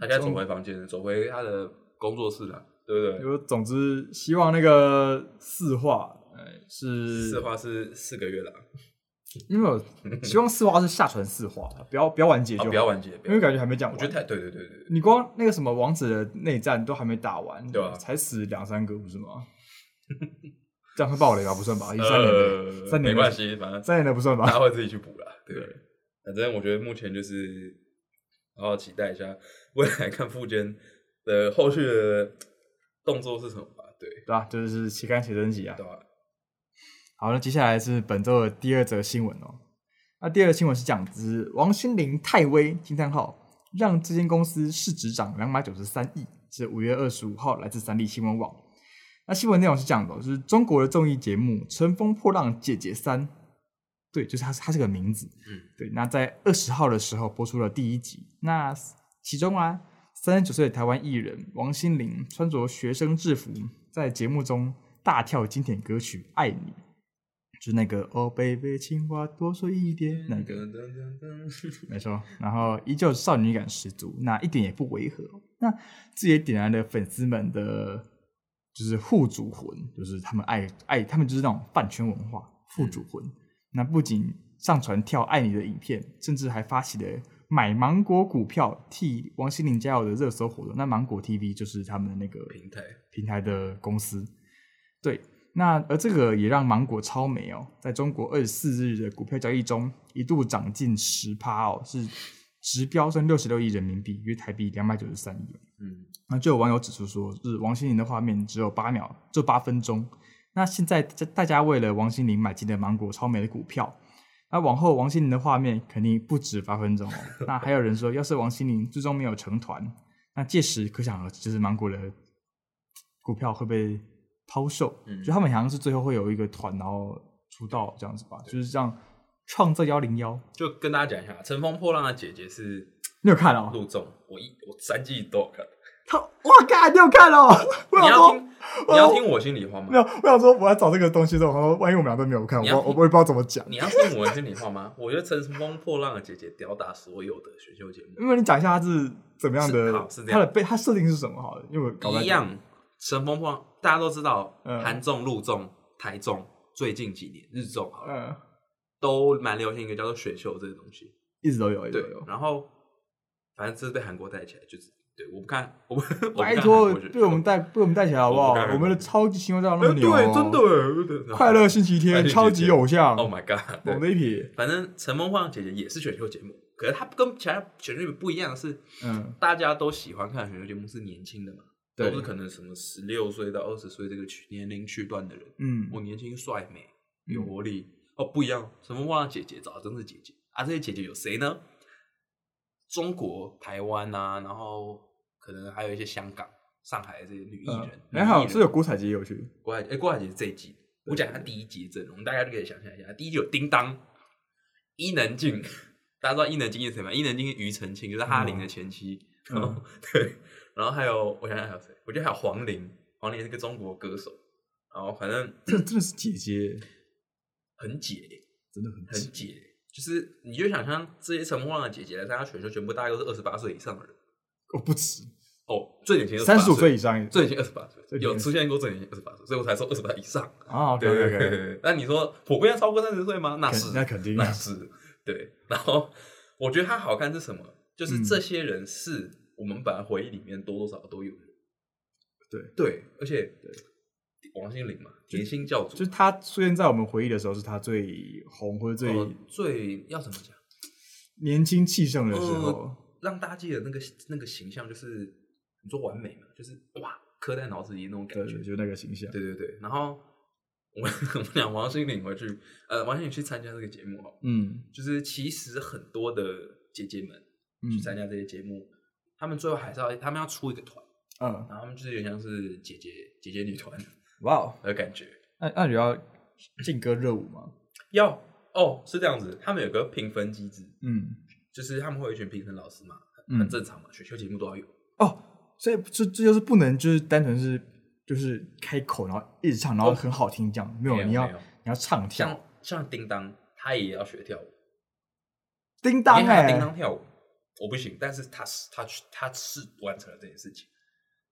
Speaker 2: 他该走回房间了，走回他的工作室了，对不对？
Speaker 1: 就总之希望那个四画，呃，是
Speaker 2: 四花是四个月了，
Speaker 1: 因为 我希望四画是下传四画，不要不要完结就
Speaker 2: 啊，
Speaker 1: 好
Speaker 2: 不要完结，不
Speaker 1: 因
Speaker 2: 要
Speaker 1: 为感觉还没讲完。
Speaker 2: 我觉得太对对对对对，
Speaker 1: 你光那个什么王子的内战都还没打完，
Speaker 2: 对啊
Speaker 1: 才死两三个不是吗？这样会暴雷吧？不算吧，已经三年了，
Speaker 2: 呃，
Speaker 1: 三年
Speaker 2: 没
Speaker 1: 了
Speaker 2: 关系，反正
Speaker 1: 三年了不算
Speaker 2: 大
Speaker 1: 吧
Speaker 2: 家？会自己去补啦。对
Speaker 1: 对，
Speaker 2: 反正我觉得目前就是好好期待一下未来看富坚的后续的动作是什么吧。对，
Speaker 1: 对啊，就是期刊写真集啊
Speaker 2: 对。吧？
Speaker 1: 好，那接下来是本周的第二则新闻哦。那第二个新闻是讲之王心凌太威惊叹号，让这间公司市值涨两百九十三亿，是五月二十五号来自三立新闻网。那新闻内容是这样的哦，就是中国的综艺节目《乘风破浪姐姐三》，对，就是它，它这个名字。
Speaker 2: 嗯，
Speaker 1: 对。那在二十号的时候播出了第一集。那其中啊，三十九岁的台湾艺人王心凌穿着学生制服，在节目中大跳经典歌曲《爱你》，就是那个“哦，baby，情话多说一点”那个。没错，然后依旧少女感十足，那一点也不违和。哦那这也点燃了粉丝们的，就是护主魂，就是他们爱爱，他们就是那种饭圈文化护主魂。那不仅上传跳爱你的影片，甚至还发起了买芒果股票替王心凌加油的热搜活动。那芒果 TV 就是他们的那个
Speaker 2: 平台，
Speaker 1: 平台的公司。对，那而这个也让芒果超美哦，在中国二十四日的股票交易中一度涨近十趴哦，是直飙升六十六亿人民币，约台币两百九十三亿。
Speaker 2: 嗯，
Speaker 1: 那就有网友指出说，就是王心凌的画面只有八秒，就八分钟。那现在大大家为了王心凌买进了芒果超美的股票，那往后王心凌的画面肯定不止八分钟哦。那还有人说，要是王心凌最终没有成团，那届时可想而知，就是芒果的股票会被抛售。
Speaker 2: 嗯
Speaker 1: 就他们好像是最后会有一个团，然后出道这样子吧，就是这样创造幺零幺。
Speaker 2: 就跟大家讲一下，《乘风破浪的姐姐》是
Speaker 1: 你有看哦？
Speaker 2: 陆纵，我一我三季都有看。
Speaker 1: 他哇，嘎，你有看哦？我
Speaker 2: 你
Speaker 1: 想
Speaker 2: 要
Speaker 1: 说
Speaker 2: 听，你要听我心里话
Speaker 1: 没有，
Speaker 2: 吗？
Speaker 1: 我想说我要找这个东西的时候，我想说万一我们俩都没有看，我
Speaker 2: 你
Speaker 1: 不
Speaker 2: 要
Speaker 1: 知道我我也不知道怎么讲。
Speaker 2: 你要听我心里话吗？ 我觉得《乘风破浪的姐姐》吊打所有的选秀节目，
Speaker 1: 因为你讲一下它是怎么样
Speaker 2: 是
Speaker 1: 的
Speaker 2: 好是，这
Speaker 1: 它
Speaker 2: 样
Speaker 1: 的被它设定是什么好了，因为我搞不太
Speaker 2: 一样，《乘风破浪》大家都知道，
Speaker 1: 嗯
Speaker 2: 韩综、陆综、台综，最近几年日综好
Speaker 1: 懂。
Speaker 2: 了，
Speaker 1: 嗯，
Speaker 2: 都蛮流行一个叫做选秀这个东西。
Speaker 1: 一直都有，一直
Speaker 2: 对
Speaker 1: 都有，。
Speaker 2: 然后反正这是被韩国带起来，就是对，我不看， 我不，我不看
Speaker 1: 拜托
Speaker 2: 韩国选秀
Speaker 1: 被我们带被我们带起来好不好
Speaker 2: 我不敢？
Speaker 1: 我们的超级星光大道
Speaker 2: 哎
Speaker 1: 那么
Speaker 2: 对，
Speaker 1: 牛哦，
Speaker 2: 真的对对
Speaker 1: 快乐星期
Speaker 2: 快
Speaker 1: 天
Speaker 2: 乐星期
Speaker 1: 超级
Speaker 2: 天
Speaker 1: 偶像，
Speaker 2: ，Oh my God！
Speaker 1: 猛
Speaker 2: 对，
Speaker 1: 的一匹，
Speaker 2: 反正《乘风破浪姐姐》也是选秀节目，可是它跟其他选秀节目不一样的是，
Speaker 1: 嗯，
Speaker 2: 大家都喜欢看的选秀节目是年轻的嘛，
Speaker 1: 对
Speaker 2: 都是可能什么十六岁到二十岁这个区年龄区段的人，
Speaker 1: 嗯，
Speaker 2: 我年轻、帅、美、有
Speaker 1: 嗯
Speaker 2: 活力。哦，不一样，什么忘了姐姐，找的真是姐姐啊！这些姐姐有谁呢？中国、台湾啊，然后可能还有一些香港、上海的这些女艺
Speaker 1: 嗯还
Speaker 2: 人。
Speaker 1: 好是有
Speaker 2: 郭
Speaker 1: 郭采洁有去，
Speaker 2: 郭海，哎，郭海姐是这一季，我讲她第一集的阵容，大家就可以想象一下，第一集有叮当、伊能静， 大家知道伊能静是谁吗？伊能静是庾澄庆，就是哈林的前妻。
Speaker 1: 嗯
Speaker 2: 然后 对，然后还有我想想还有谁？我觉得还有黄龄，黄龄是个中国歌手。然后反正
Speaker 1: 这真的是姐姐，
Speaker 2: 很解，
Speaker 1: 真的很
Speaker 2: 很
Speaker 1: 姐
Speaker 2: 解，就是你就想象这些乘风破浪的姐姐来参加选秀，全部大概都是二十八岁以上的人。
Speaker 1: 哦不止
Speaker 2: 哦，最年轻
Speaker 1: 三十五岁
Speaker 2: 岁
Speaker 1: 以，上
Speaker 2: 最年轻二十八
Speaker 1: 最
Speaker 2: 岁，
Speaker 1: 年轻
Speaker 2: 有出现过最年轻二十八岁，所以我才说二十八以上。
Speaker 1: 啊，OK
Speaker 2: 对对
Speaker 1: OK
Speaker 2: 对
Speaker 1: OK，
Speaker 2: 对。那你说火锅要超过三十岁吗？那是
Speaker 1: 那肯定啊
Speaker 2: 那是对。然后我觉得它好看是什么？就是
Speaker 1: 嗯
Speaker 2: 这些人是我们本来回忆里面多多少少都有的。
Speaker 1: 对
Speaker 2: 对，而且王心凌嘛，甜心教主呃
Speaker 1: 就是她出现在我们回忆的时候，是她最红或者最
Speaker 2: 哦最要怎么讲？
Speaker 1: 年轻气盛的时候
Speaker 2: 呃，让大家记得那个那个形象，就是你说完美嘛，就是哇，刻在脑子里那种
Speaker 1: 对
Speaker 2: 感觉。，
Speaker 1: 就那个形象。
Speaker 2: 对对对。然后我我们 讲王心凌回去，呃，王心凌去参加这个节目哦，
Speaker 1: 嗯
Speaker 2: 就是其实很多的姐姐们去参
Speaker 1: 嗯
Speaker 2: 加这些节目，她们最后还是要她们要出一个团，
Speaker 1: 嗯，
Speaker 2: 然后她们就是有点像是姐姐姐姐女团
Speaker 1: 哇哦，
Speaker 2: 的感觉。
Speaker 1: 那那你要劲歌热舞吗？
Speaker 2: 要哦，是这样子，他们有个评分机制，
Speaker 1: 嗯
Speaker 2: 就是他们会有一群评分老师嘛，很
Speaker 1: 嗯，
Speaker 2: 正常嘛，选秀节目都要有。
Speaker 1: 哦，所以这这就是不能就是单纯是就是开口然后一直唱，然后很好听这样，没
Speaker 2: 哦没
Speaker 1: 有
Speaker 2: 有
Speaker 1: 你要
Speaker 2: 没有
Speaker 1: 你要唱跳
Speaker 2: 像像叮当，他也要学跳舞，
Speaker 1: 叮当
Speaker 2: 因为他
Speaker 1: 哎，
Speaker 2: 叮当跳舞，我不行，但是他是他去他是完成了这件事情，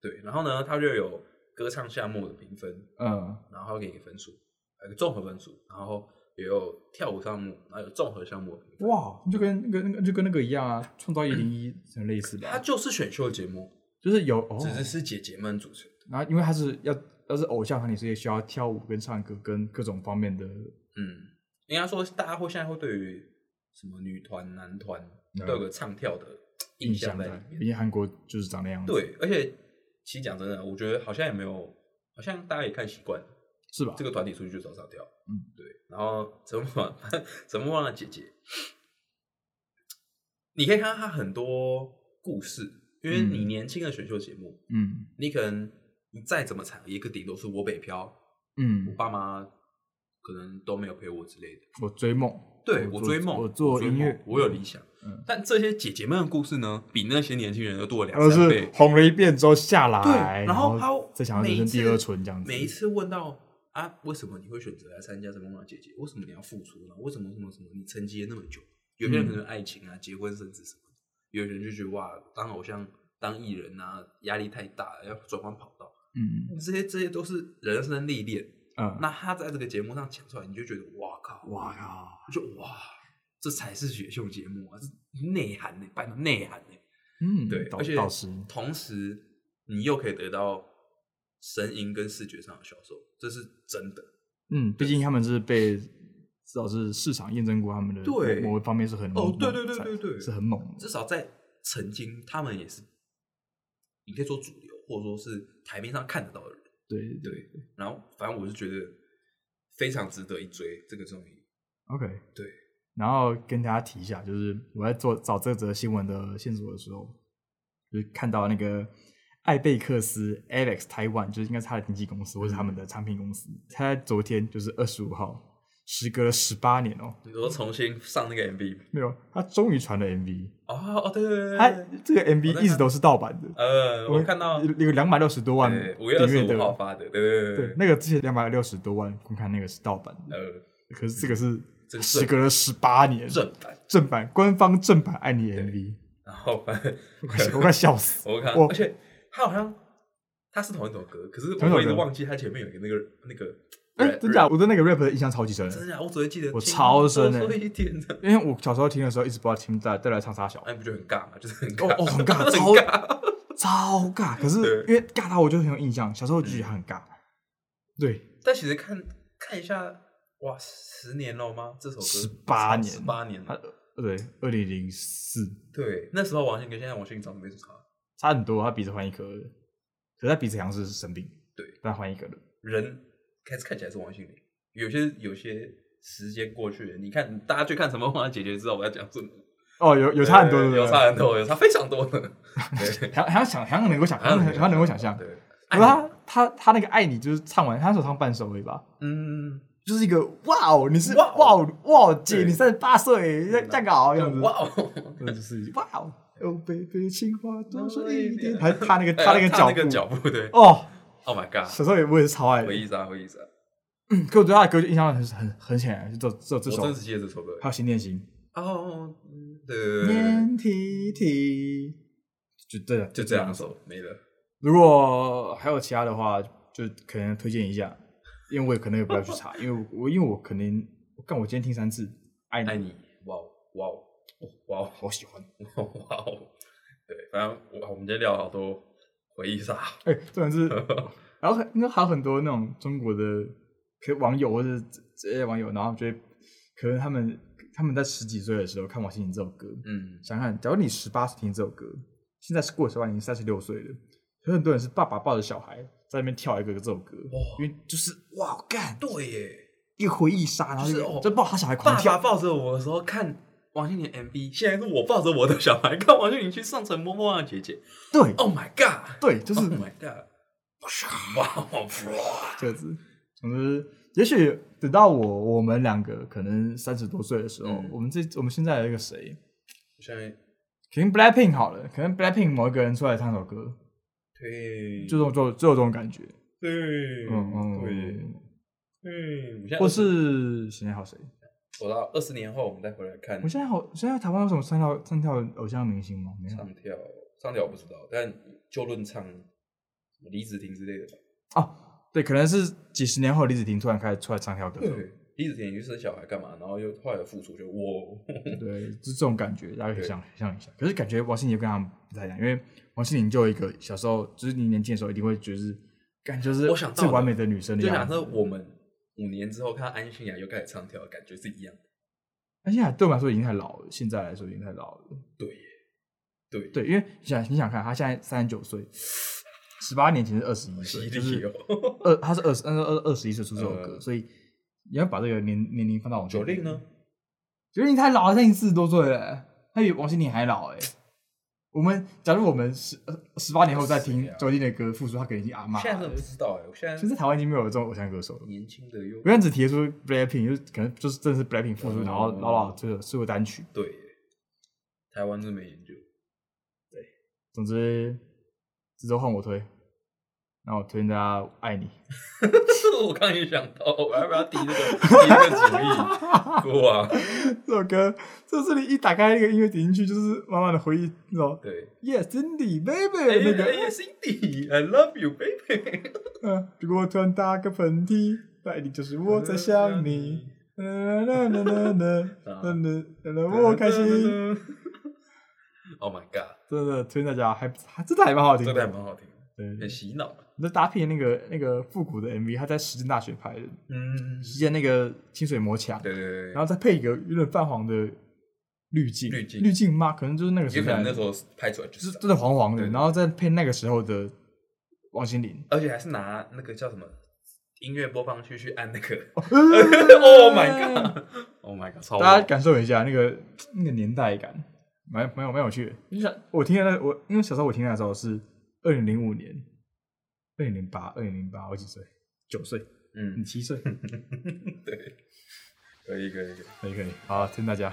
Speaker 2: 对，然后呢，他就有歌唱项目的评分，
Speaker 1: 嗯
Speaker 2: 然后给你分数，还有个综合分数，然后也有跳舞项目，然后有综合项目的评分，
Speaker 1: 哇，哦就跟那个那个就跟那个一样啊，创造一零一很类似
Speaker 2: 它
Speaker 1: 吧，
Speaker 2: 就是选秀节目，
Speaker 1: 就是有哦，
Speaker 2: 只是是姐姐们组成的，
Speaker 1: 然后因为他是要要是偶像团体，所以需要跳舞跟唱歌跟各种方面的
Speaker 2: 嗯，应该说大家会现在会对于什么女团、男团
Speaker 1: 嗯
Speaker 2: 都有个唱跳的
Speaker 1: 印
Speaker 2: 印
Speaker 1: 象
Speaker 2: 象在
Speaker 1: 在
Speaker 2: 里面，，
Speaker 1: 毕竟韩国就是长那样子，，
Speaker 2: 对，而且其实讲真的，我觉得好像也没有，好像大家也看习惯了，
Speaker 1: 是吧
Speaker 2: 这？个团体出去就找上跳，
Speaker 1: 嗯，
Speaker 2: 对。然后怎么忘 怎么忘了姐姐？你可以看到她很多故事，因为你年轻的选秀节目，
Speaker 1: 嗯
Speaker 2: 你可能你再怎么惨，也可顶多是我北漂，我
Speaker 1: 嗯，
Speaker 2: 爸妈可能都没有陪我之类的。
Speaker 1: 我追梦，
Speaker 2: 对
Speaker 1: 我
Speaker 2: 我
Speaker 1: 做
Speaker 2: 追梦，
Speaker 1: 我
Speaker 2: 我
Speaker 1: 做
Speaker 2: 追
Speaker 1: 音乐
Speaker 2: 梦我有理想。
Speaker 1: 嗯
Speaker 2: 但这些姐姐们的故事呢，比那些年轻人都多了
Speaker 1: 然后
Speaker 2: 两三
Speaker 1: 呃是
Speaker 2: 倍。
Speaker 1: 红了一遍之后下来，
Speaker 2: 对，
Speaker 1: 哎然
Speaker 2: 后他
Speaker 1: 再想要
Speaker 2: 每
Speaker 1: 人
Speaker 2: 一
Speaker 1: 生
Speaker 2: 次
Speaker 1: 第二春这样子，
Speaker 2: 每一次问到啊，为什么你会选择来参加什么妈姐姐？为什么你要付出呢？为什么什么什么？你沉寂了那么久，有些人
Speaker 1: 嗯
Speaker 2: 可能爱情啊、结婚甚至什么的，有些人就觉得哇，当偶像、当艺人啊，压力太大了，要转换跑道。
Speaker 1: 嗯
Speaker 2: 这些这些都是人生历练。
Speaker 1: 嗯，
Speaker 2: 那他在这个节目上讲出来，你就觉得哇靠，
Speaker 1: 哇靠，
Speaker 2: 就哇，这才是选秀节目啊，这内涵呢、拜托内涵呢、
Speaker 1: 嗯，
Speaker 2: 对，
Speaker 1: 导
Speaker 2: 而且
Speaker 1: 导师，
Speaker 2: 同时你又可以得到声音跟视觉上的销售，这是真的。
Speaker 1: 嗯，毕竟他们是被至少是市场验证过他们的
Speaker 2: 对
Speaker 1: 某某一方面是很
Speaker 2: 哦
Speaker 1: 猛，
Speaker 2: 对对对
Speaker 1: 才
Speaker 2: 对对，
Speaker 1: 是很猛的，
Speaker 2: 至少在曾经，他们也是，你可以说主流，或者说是台面上看得到的人。
Speaker 1: 对对
Speaker 2: 对，然后反正我是觉得非常值得一追这个综艺。
Speaker 1: OK，
Speaker 2: 对。
Speaker 1: 然后跟大家提一下，就是我在做找这则新闻的线索的时候，就是看到那个艾贝克斯 Alex Taiwan，就是应该是他的经纪公司或是他们的唱片公司，
Speaker 2: 嗯
Speaker 1: 他在昨天就是二十五号，时隔了十八年哦，
Speaker 2: 你说重新上那个 MV
Speaker 1: 没有，他终于传了 MV，
Speaker 2: 哦哦对对对
Speaker 1: 他
Speaker 2: 对对，
Speaker 1: 这个
Speaker 2: 我在
Speaker 1: MV 一直都是盗版的，
Speaker 2: 呃，我看到
Speaker 1: 有有两百六十多万
Speaker 2: 五月二
Speaker 1: 订
Speaker 2: 十
Speaker 1: 阅
Speaker 2: 五号
Speaker 1: 的，
Speaker 2: 发的，对对
Speaker 1: 对，那个之前两百六十多万观看那个是盗版的，
Speaker 2: 呃，
Speaker 1: 可是这个是
Speaker 2: 这个是
Speaker 1: 时隔了十八年
Speaker 2: 正版，
Speaker 1: 正版官方正版爱你 MV。
Speaker 2: 然后反正
Speaker 1: 我快 我快笑死！
Speaker 2: 我看，
Speaker 1: 我
Speaker 2: 而且他好像他是同一首歌，可是
Speaker 1: 同一首
Speaker 2: 我一直
Speaker 1: 歌
Speaker 2: 忘记他前面有一个那个那个，
Speaker 1: 哎、
Speaker 2: rap-
Speaker 1: 真假？
Speaker 2: rap
Speaker 1: 我对那个 rap 的印象超级深，
Speaker 2: 真啊假，我只会记得
Speaker 1: 我
Speaker 2: 听
Speaker 1: 超深
Speaker 2: 多
Speaker 1: 欸
Speaker 2: 一点的，
Speaker 1: 因为我小时候听的时候一直不知道听在带来唱啥小，
Speaker 2: 哎，不就很尬嘛，就是很
Speaker 1: 哦
Speaker 2: 尬，
Speaker 1: 哦，很尬，
Speaker 2: 很
Speaker 1: 超
Speaker 2: 尬，
Speaker 1: 超尬。可是因
Speaker 2: 对嗯
Speaker 1: 为尬到我就很有印象，小时候就觉得它很尬。对，
Speaker 2: 但其实看看一下，哇，十年了吗？这首歌
Speaker 1: 18年
Speaker 2: 十八年
Speaker 1: 他
Speaker 2: 了，
Speaker 1: 对，二零零四
Speaker 2: 对，那时候王心凌跟现在王心凌长得没什么差，
Speaker 1: 差很多，他鼻子换一颗了，可是他鼻子好像是生病，
Speaker 2: 对，
Speaker 1: 但换一颗了。
Speaker 2: 人开始看起来是王心凌，有些有些时间过去了，你看大家去看什么《花姐姐》，知道我要讲什么？
Speaker 1: 哦，有有差很多，对
Speaker 2: 对
Speaker 1: 不对
Speaker 2: 有差很多，有差非常多 呢。对，
Speaker 1: 还还要想，还要能够想，还要能还要能够想象。
Speaker 2: 对，
Speaker 1: 可是他他他那个爱你就是唱完，他只有唱半首而已吧。
Speaker 2: 嗯，
Speaker 1: 就是一个哇哦，你是
Speaker 2: 哇
Speaker 1: 哇
Speaker 2: 哦
Speaker 1: 哦哇哦姐，
Speaker 2: 对
Speaker 1: 你三十八岁，这这样搞这样子，
Speaker 2: 哇哦，
Speaker 1: 或者是哇哦，哦，baby，情话多说
Speaker 2: 说
Speaker 1: 一
Speaker 2: 一
Speaker 1: 点，
Speaker 2: 点
Speaker 1: 还踏那个
Speaker 2: 哎
Speaker 1: 踏 那个
Speaker 2: 踏
Speaker 1: 脚
Speaker 2: 那个脚
Speaker 1: 步，
Speaker 2: 步，对
Speaker 1: 哦，
Speaker 2: ，Oh my God，
Speaker 1: 小时候也我也是超爱的
Speaker 2: 回，忆杀，回忆杀，
Speaker 1: 嗯可我对他的歌就印象很很很显然，就只有只
Speaker 2: 我
Speaker 1: 有这
Speaker 2: 真
Speaker 1: 首，
Speaker 2: 只记得这首歌。
Speaker 1: 还有心电心，
Speaker 2: 哦，嗯对，
Speaker 1: 黏 T T，就对了，
Speaker 2: 就这两。首没了。
Speaker 1: 如果还有其他的话，就可能推荐一下，因为我也可能也不要去查，因为我我因为我可能，干我今天听三次，爱
Speaker 2: 爱
Speaker 1: 你，
Speaker 2: 你，哇哦，哇哦，哇哦，
Speaker 1: 好喜欢。
Speaker 2: 哇哦，对，反正我我们今天聊了好多回忆杀。
Speaker 1: 哎、重点是，然后很应该还有很多那种中国的可网友或者这这些网友，然后觉得可能他们他们在十几岁的时候看王心凌这首歌，
Speaker 2: 嗯，
Speaker 1: 想想看，假如你十八岁听这首歌，现在是过了十八，已经三十六岁了，有很多人是爸爸抱着小孩在那边跳一个这首歌，
Speaker 2: 哇
Speaker 1: 因为就是哇干
Speaker 2: 对耶，
Speaker 1: 一个回忆杀，然后
Speaker 2: 就是
Speaker 1: 一个
Speaker 2: 哦
Speaker 1: 就抱他小孩狂
Speaker 2: 爸爸
Speaker 1: 跳，
Speaker 2: 抱着我的时候看王心凌 MV，现在是我抱着我的小孩看王心凌去上层摸摸啊姐姐。
Speaker 1: 对
Speaker 2: Oh my god！
Speaker 1: 对， 就是
Speaker 2: Oh my god！哇啊哇！
Speaker 1: 这样子。总之，也许等到我我们两个可能三十多岁的时候，
Speaker 2: 嗯
Speaker 1: 我们这我们现在的那个谁，
Speaker 2: 现在
Speaker 1: 可能 Blackpink 好了，可能 Blackpink 某一个人出来唱首歌，
Speaker 2: 对，
Speaker 1: 就这种就就有这种感觉。
Speaker 2: 对，
Speaker 1: 嗯嗯，
Speaker 2: 对，对。我现在
Speaker 1: 或是现在还有谁？
Speaker 2: 我到二十年后，我们再回来看
Speaker 1: 我现在好，现在台湾有什么唱跳唱跳偶像明星吗？没有
Speaker 2: 上跳，上跳我不知道，但就论唱什么李子婷之类的吧。
Speaker 1: 哦，对，可能是几十年后李子婷突然开始出来唱跳歌手，
Speaker 2: 对，李子婷去生小孩干嘛？然后又后来有复出，就哇，
Speaker 1: 对，就这种感觉，大家可以
Speaker 2: 对
Speaker 1: 想想一下。可是感觉王心凌跟他们不太一样，因为王心凌就有一个小时候，就是你年轻的时候一定会觉得是，感觉就是
Speaker 2: 我想到
Speaker 1: 最
Speaker 2: 了
Speaker 1: 完美的女生的
Speaker 2: 就假
Speaker 1: 样子
Speaker 2: 设。我们五年之后看到安心雅啊又开始唱跳，感觉是一样的。
Speaker 1: 但现在对我们来说已经太老了，现在来说已经太老了。
Speaker 2: 对耶，对，
Speaker 1: 对，因为你想你想看，她现在三十九岁，十八年前是二十一岁，
Speaker 2: 犀
Speaker 1: 就
Speaker 2: 利
Speaker 1: 是
Speaker 2: 哦。
Speaker 1: 二，她是二十二二二十一岁出这首歌，
Speaker 2: 呃
Speaker 1: 所以你要把这个年年龄放到往前
Speaker 2: 九令呢？
Speaker 1: 九令太老了，她已经四十多岁了，她比王心凌还老哎、我们假如我们十呃十八年后再听
Speaker 2: 谁啊
Speaker 1: 周杰伦的歌，复出他可能已经阿妈
Speaker 2: 现在真
Speaker 1: 了
Speaker 2: 的。不知道哎、我现
Speaker 1: 其
Speaker 2: 在
Speaker 1: 实台湾已经没有这种偶像歌手了。
Speaker 2: 年轻的又
Speaker 1: 不然只提出 Blackpink，就是可能就是真的是 Blackpink 复出，
Speaker 2: 嗯
Speaker 1: 然后老老这个出个单曲。
Speaker 2: 对耶，台湾真没研究。
Speaker 1: 总之，这周换我推，那我推荐大家《爱你》。
Speaker 2: 我刚刚也想到，我要不要提这个提这个主意？啊哇，
Speaker 1: 这首歌，就是你一打开那个音乐点进去，就是满满的回忆，那种
Speaker 2: 对，
Speaker 1: Yes Cindy Baby
Speaker 2: 哎
Speaker 1: 那个，
Speaker 2: 哎，Cindy，I love you baby。
Speaker 1: 嗯，如果我突然打个喷嚏，那一定就是我在想你。 啦啦啦啦啦啦啦啦啦，我开心。。
Speaker 2: Oh my god，
Speaker 1: 真的推荐大家，还还真的还蛮好听
Speaker 2: 这
Speaker 1: 的，
Speaker 2: 个还蛮好听的，
Speaker 1: 对
Speaker 2: 很洗脑。
Speaker 1: 那搭配那个那个复古的 MV，他在石井大学拍的，
Speaker 2: 嗯，
Speaker 1: 之前那个清水模墙，
Speaker 2: 对对对，
Speaker 1: 然后再配一个有点泛黄的滤镜，
Speaker 2: 滤镜
Speaker 1: 滤镜吗？可能就是那个
Speaker 2: 有
Speaker 1: 时
Speaker 2: 可能
Speaker 1: 代
Speaker 2: 那，时候拍出来就
Speaker 1: 就是
Speaker 2: 是
Speaker 1: 真的黄黄的，
Speaker 2: 对
Speaker 1: 然后再配那个时候的王心 凌。
Speaker 2: 而且还是拿那个叫什么音乐播放器去按那个
Speaker 1: 哦
Speaker 2: ，Oh my god，Oh my god，超
Speaker 1: 大家
Speaker 2: 棒
Speaker 1: 感受一下那个那个年代感，蛮蛮有蛮有趣的。你想，我听的那我因为小时候我听的时候是二零零五年、二零零八、二零零八，我几岁？九岁，你
Speaker 2: 嗯，
Speaker 1: 七岁，
Speaker 2: 对，可以可以可以，
Speaker 1: 可以可以，好，听大家。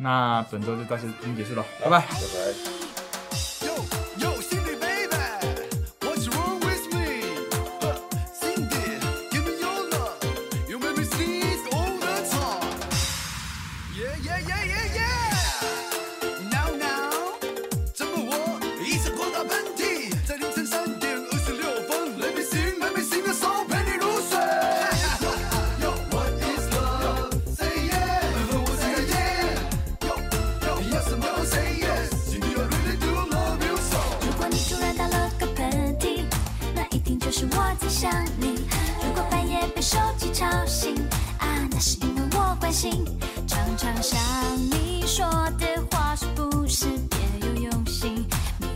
Speaker 1: 那本周就到这已经结束了，拜拜。
Speaker 2: 拜拜。
Speaker 3: Yo, yo, Cindy, baby, what's wrong with me? Uh, Cindy, give me your love. You make me sneeze all the time. Yeah, yeah, yeah, yeah, yeah. Now, now，怎么我一直狂打喷嚏？在凌晨三点二十六分，还没醒，还没醒的时候陪你入睡。Yo, what is love? Say yeah，和我 say yeah。Yo, yo，你要什么 say yes？Cindy, I really do love you so。
Speaker 4: 如果你突然打了个喷嚏，那一定就是我在想你。如果半夜被手机吵醒，啊，那是因为我关心。常常想你说的话是不是别有用心？明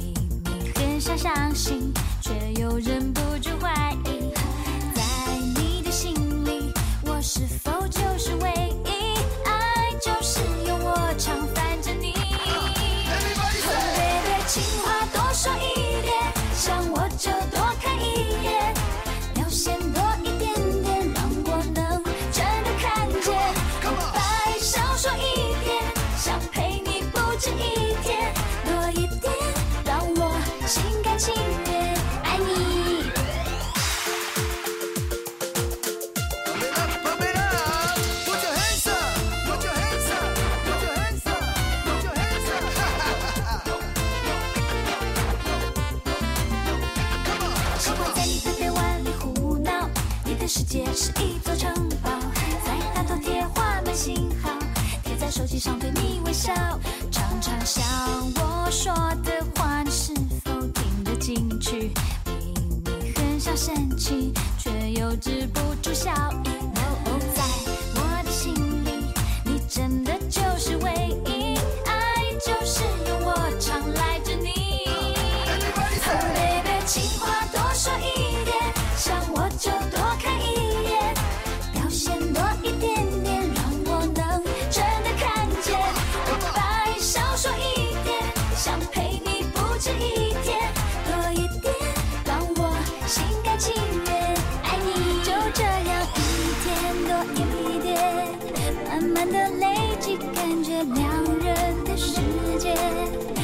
Speaker 4: 明很想相信，却又忍不住怀疑。在你的心里，我是否就是唯一？爱就是由我常烦着你。
Speaker 3: Everybody say。
Speaker 4: baby，情话多说一点，想我就多看一眼，表现多一点点，让我能真的看见。白少说一点，想陪你不止一天，多一点，让我心甘情愿爱你。
Speaker 3: Pump it up, pump it up. Put your hands up, put your hands up, put your hands up, put your hands up. Come on, come on.
Speaker 4: 喜欢在你的臂弯里胡闹，你的世界是一座城堡，在大头贴画满信号，贴在手机上对你微笑，常常想我说的话，你是否听得进去？明明很想生气，却又止不住笑意。哦，在我的心里，你真的就是唯一，爱就是由我常来着你。baby，情话多说一点，想我就多看一眼，表现多一点点，让我能真的看见。白少说一点，想陪你不止一天，多一点，让我心甘情愿爱你。就这样一天多一点，慢慢的累积，感觉两人的世界。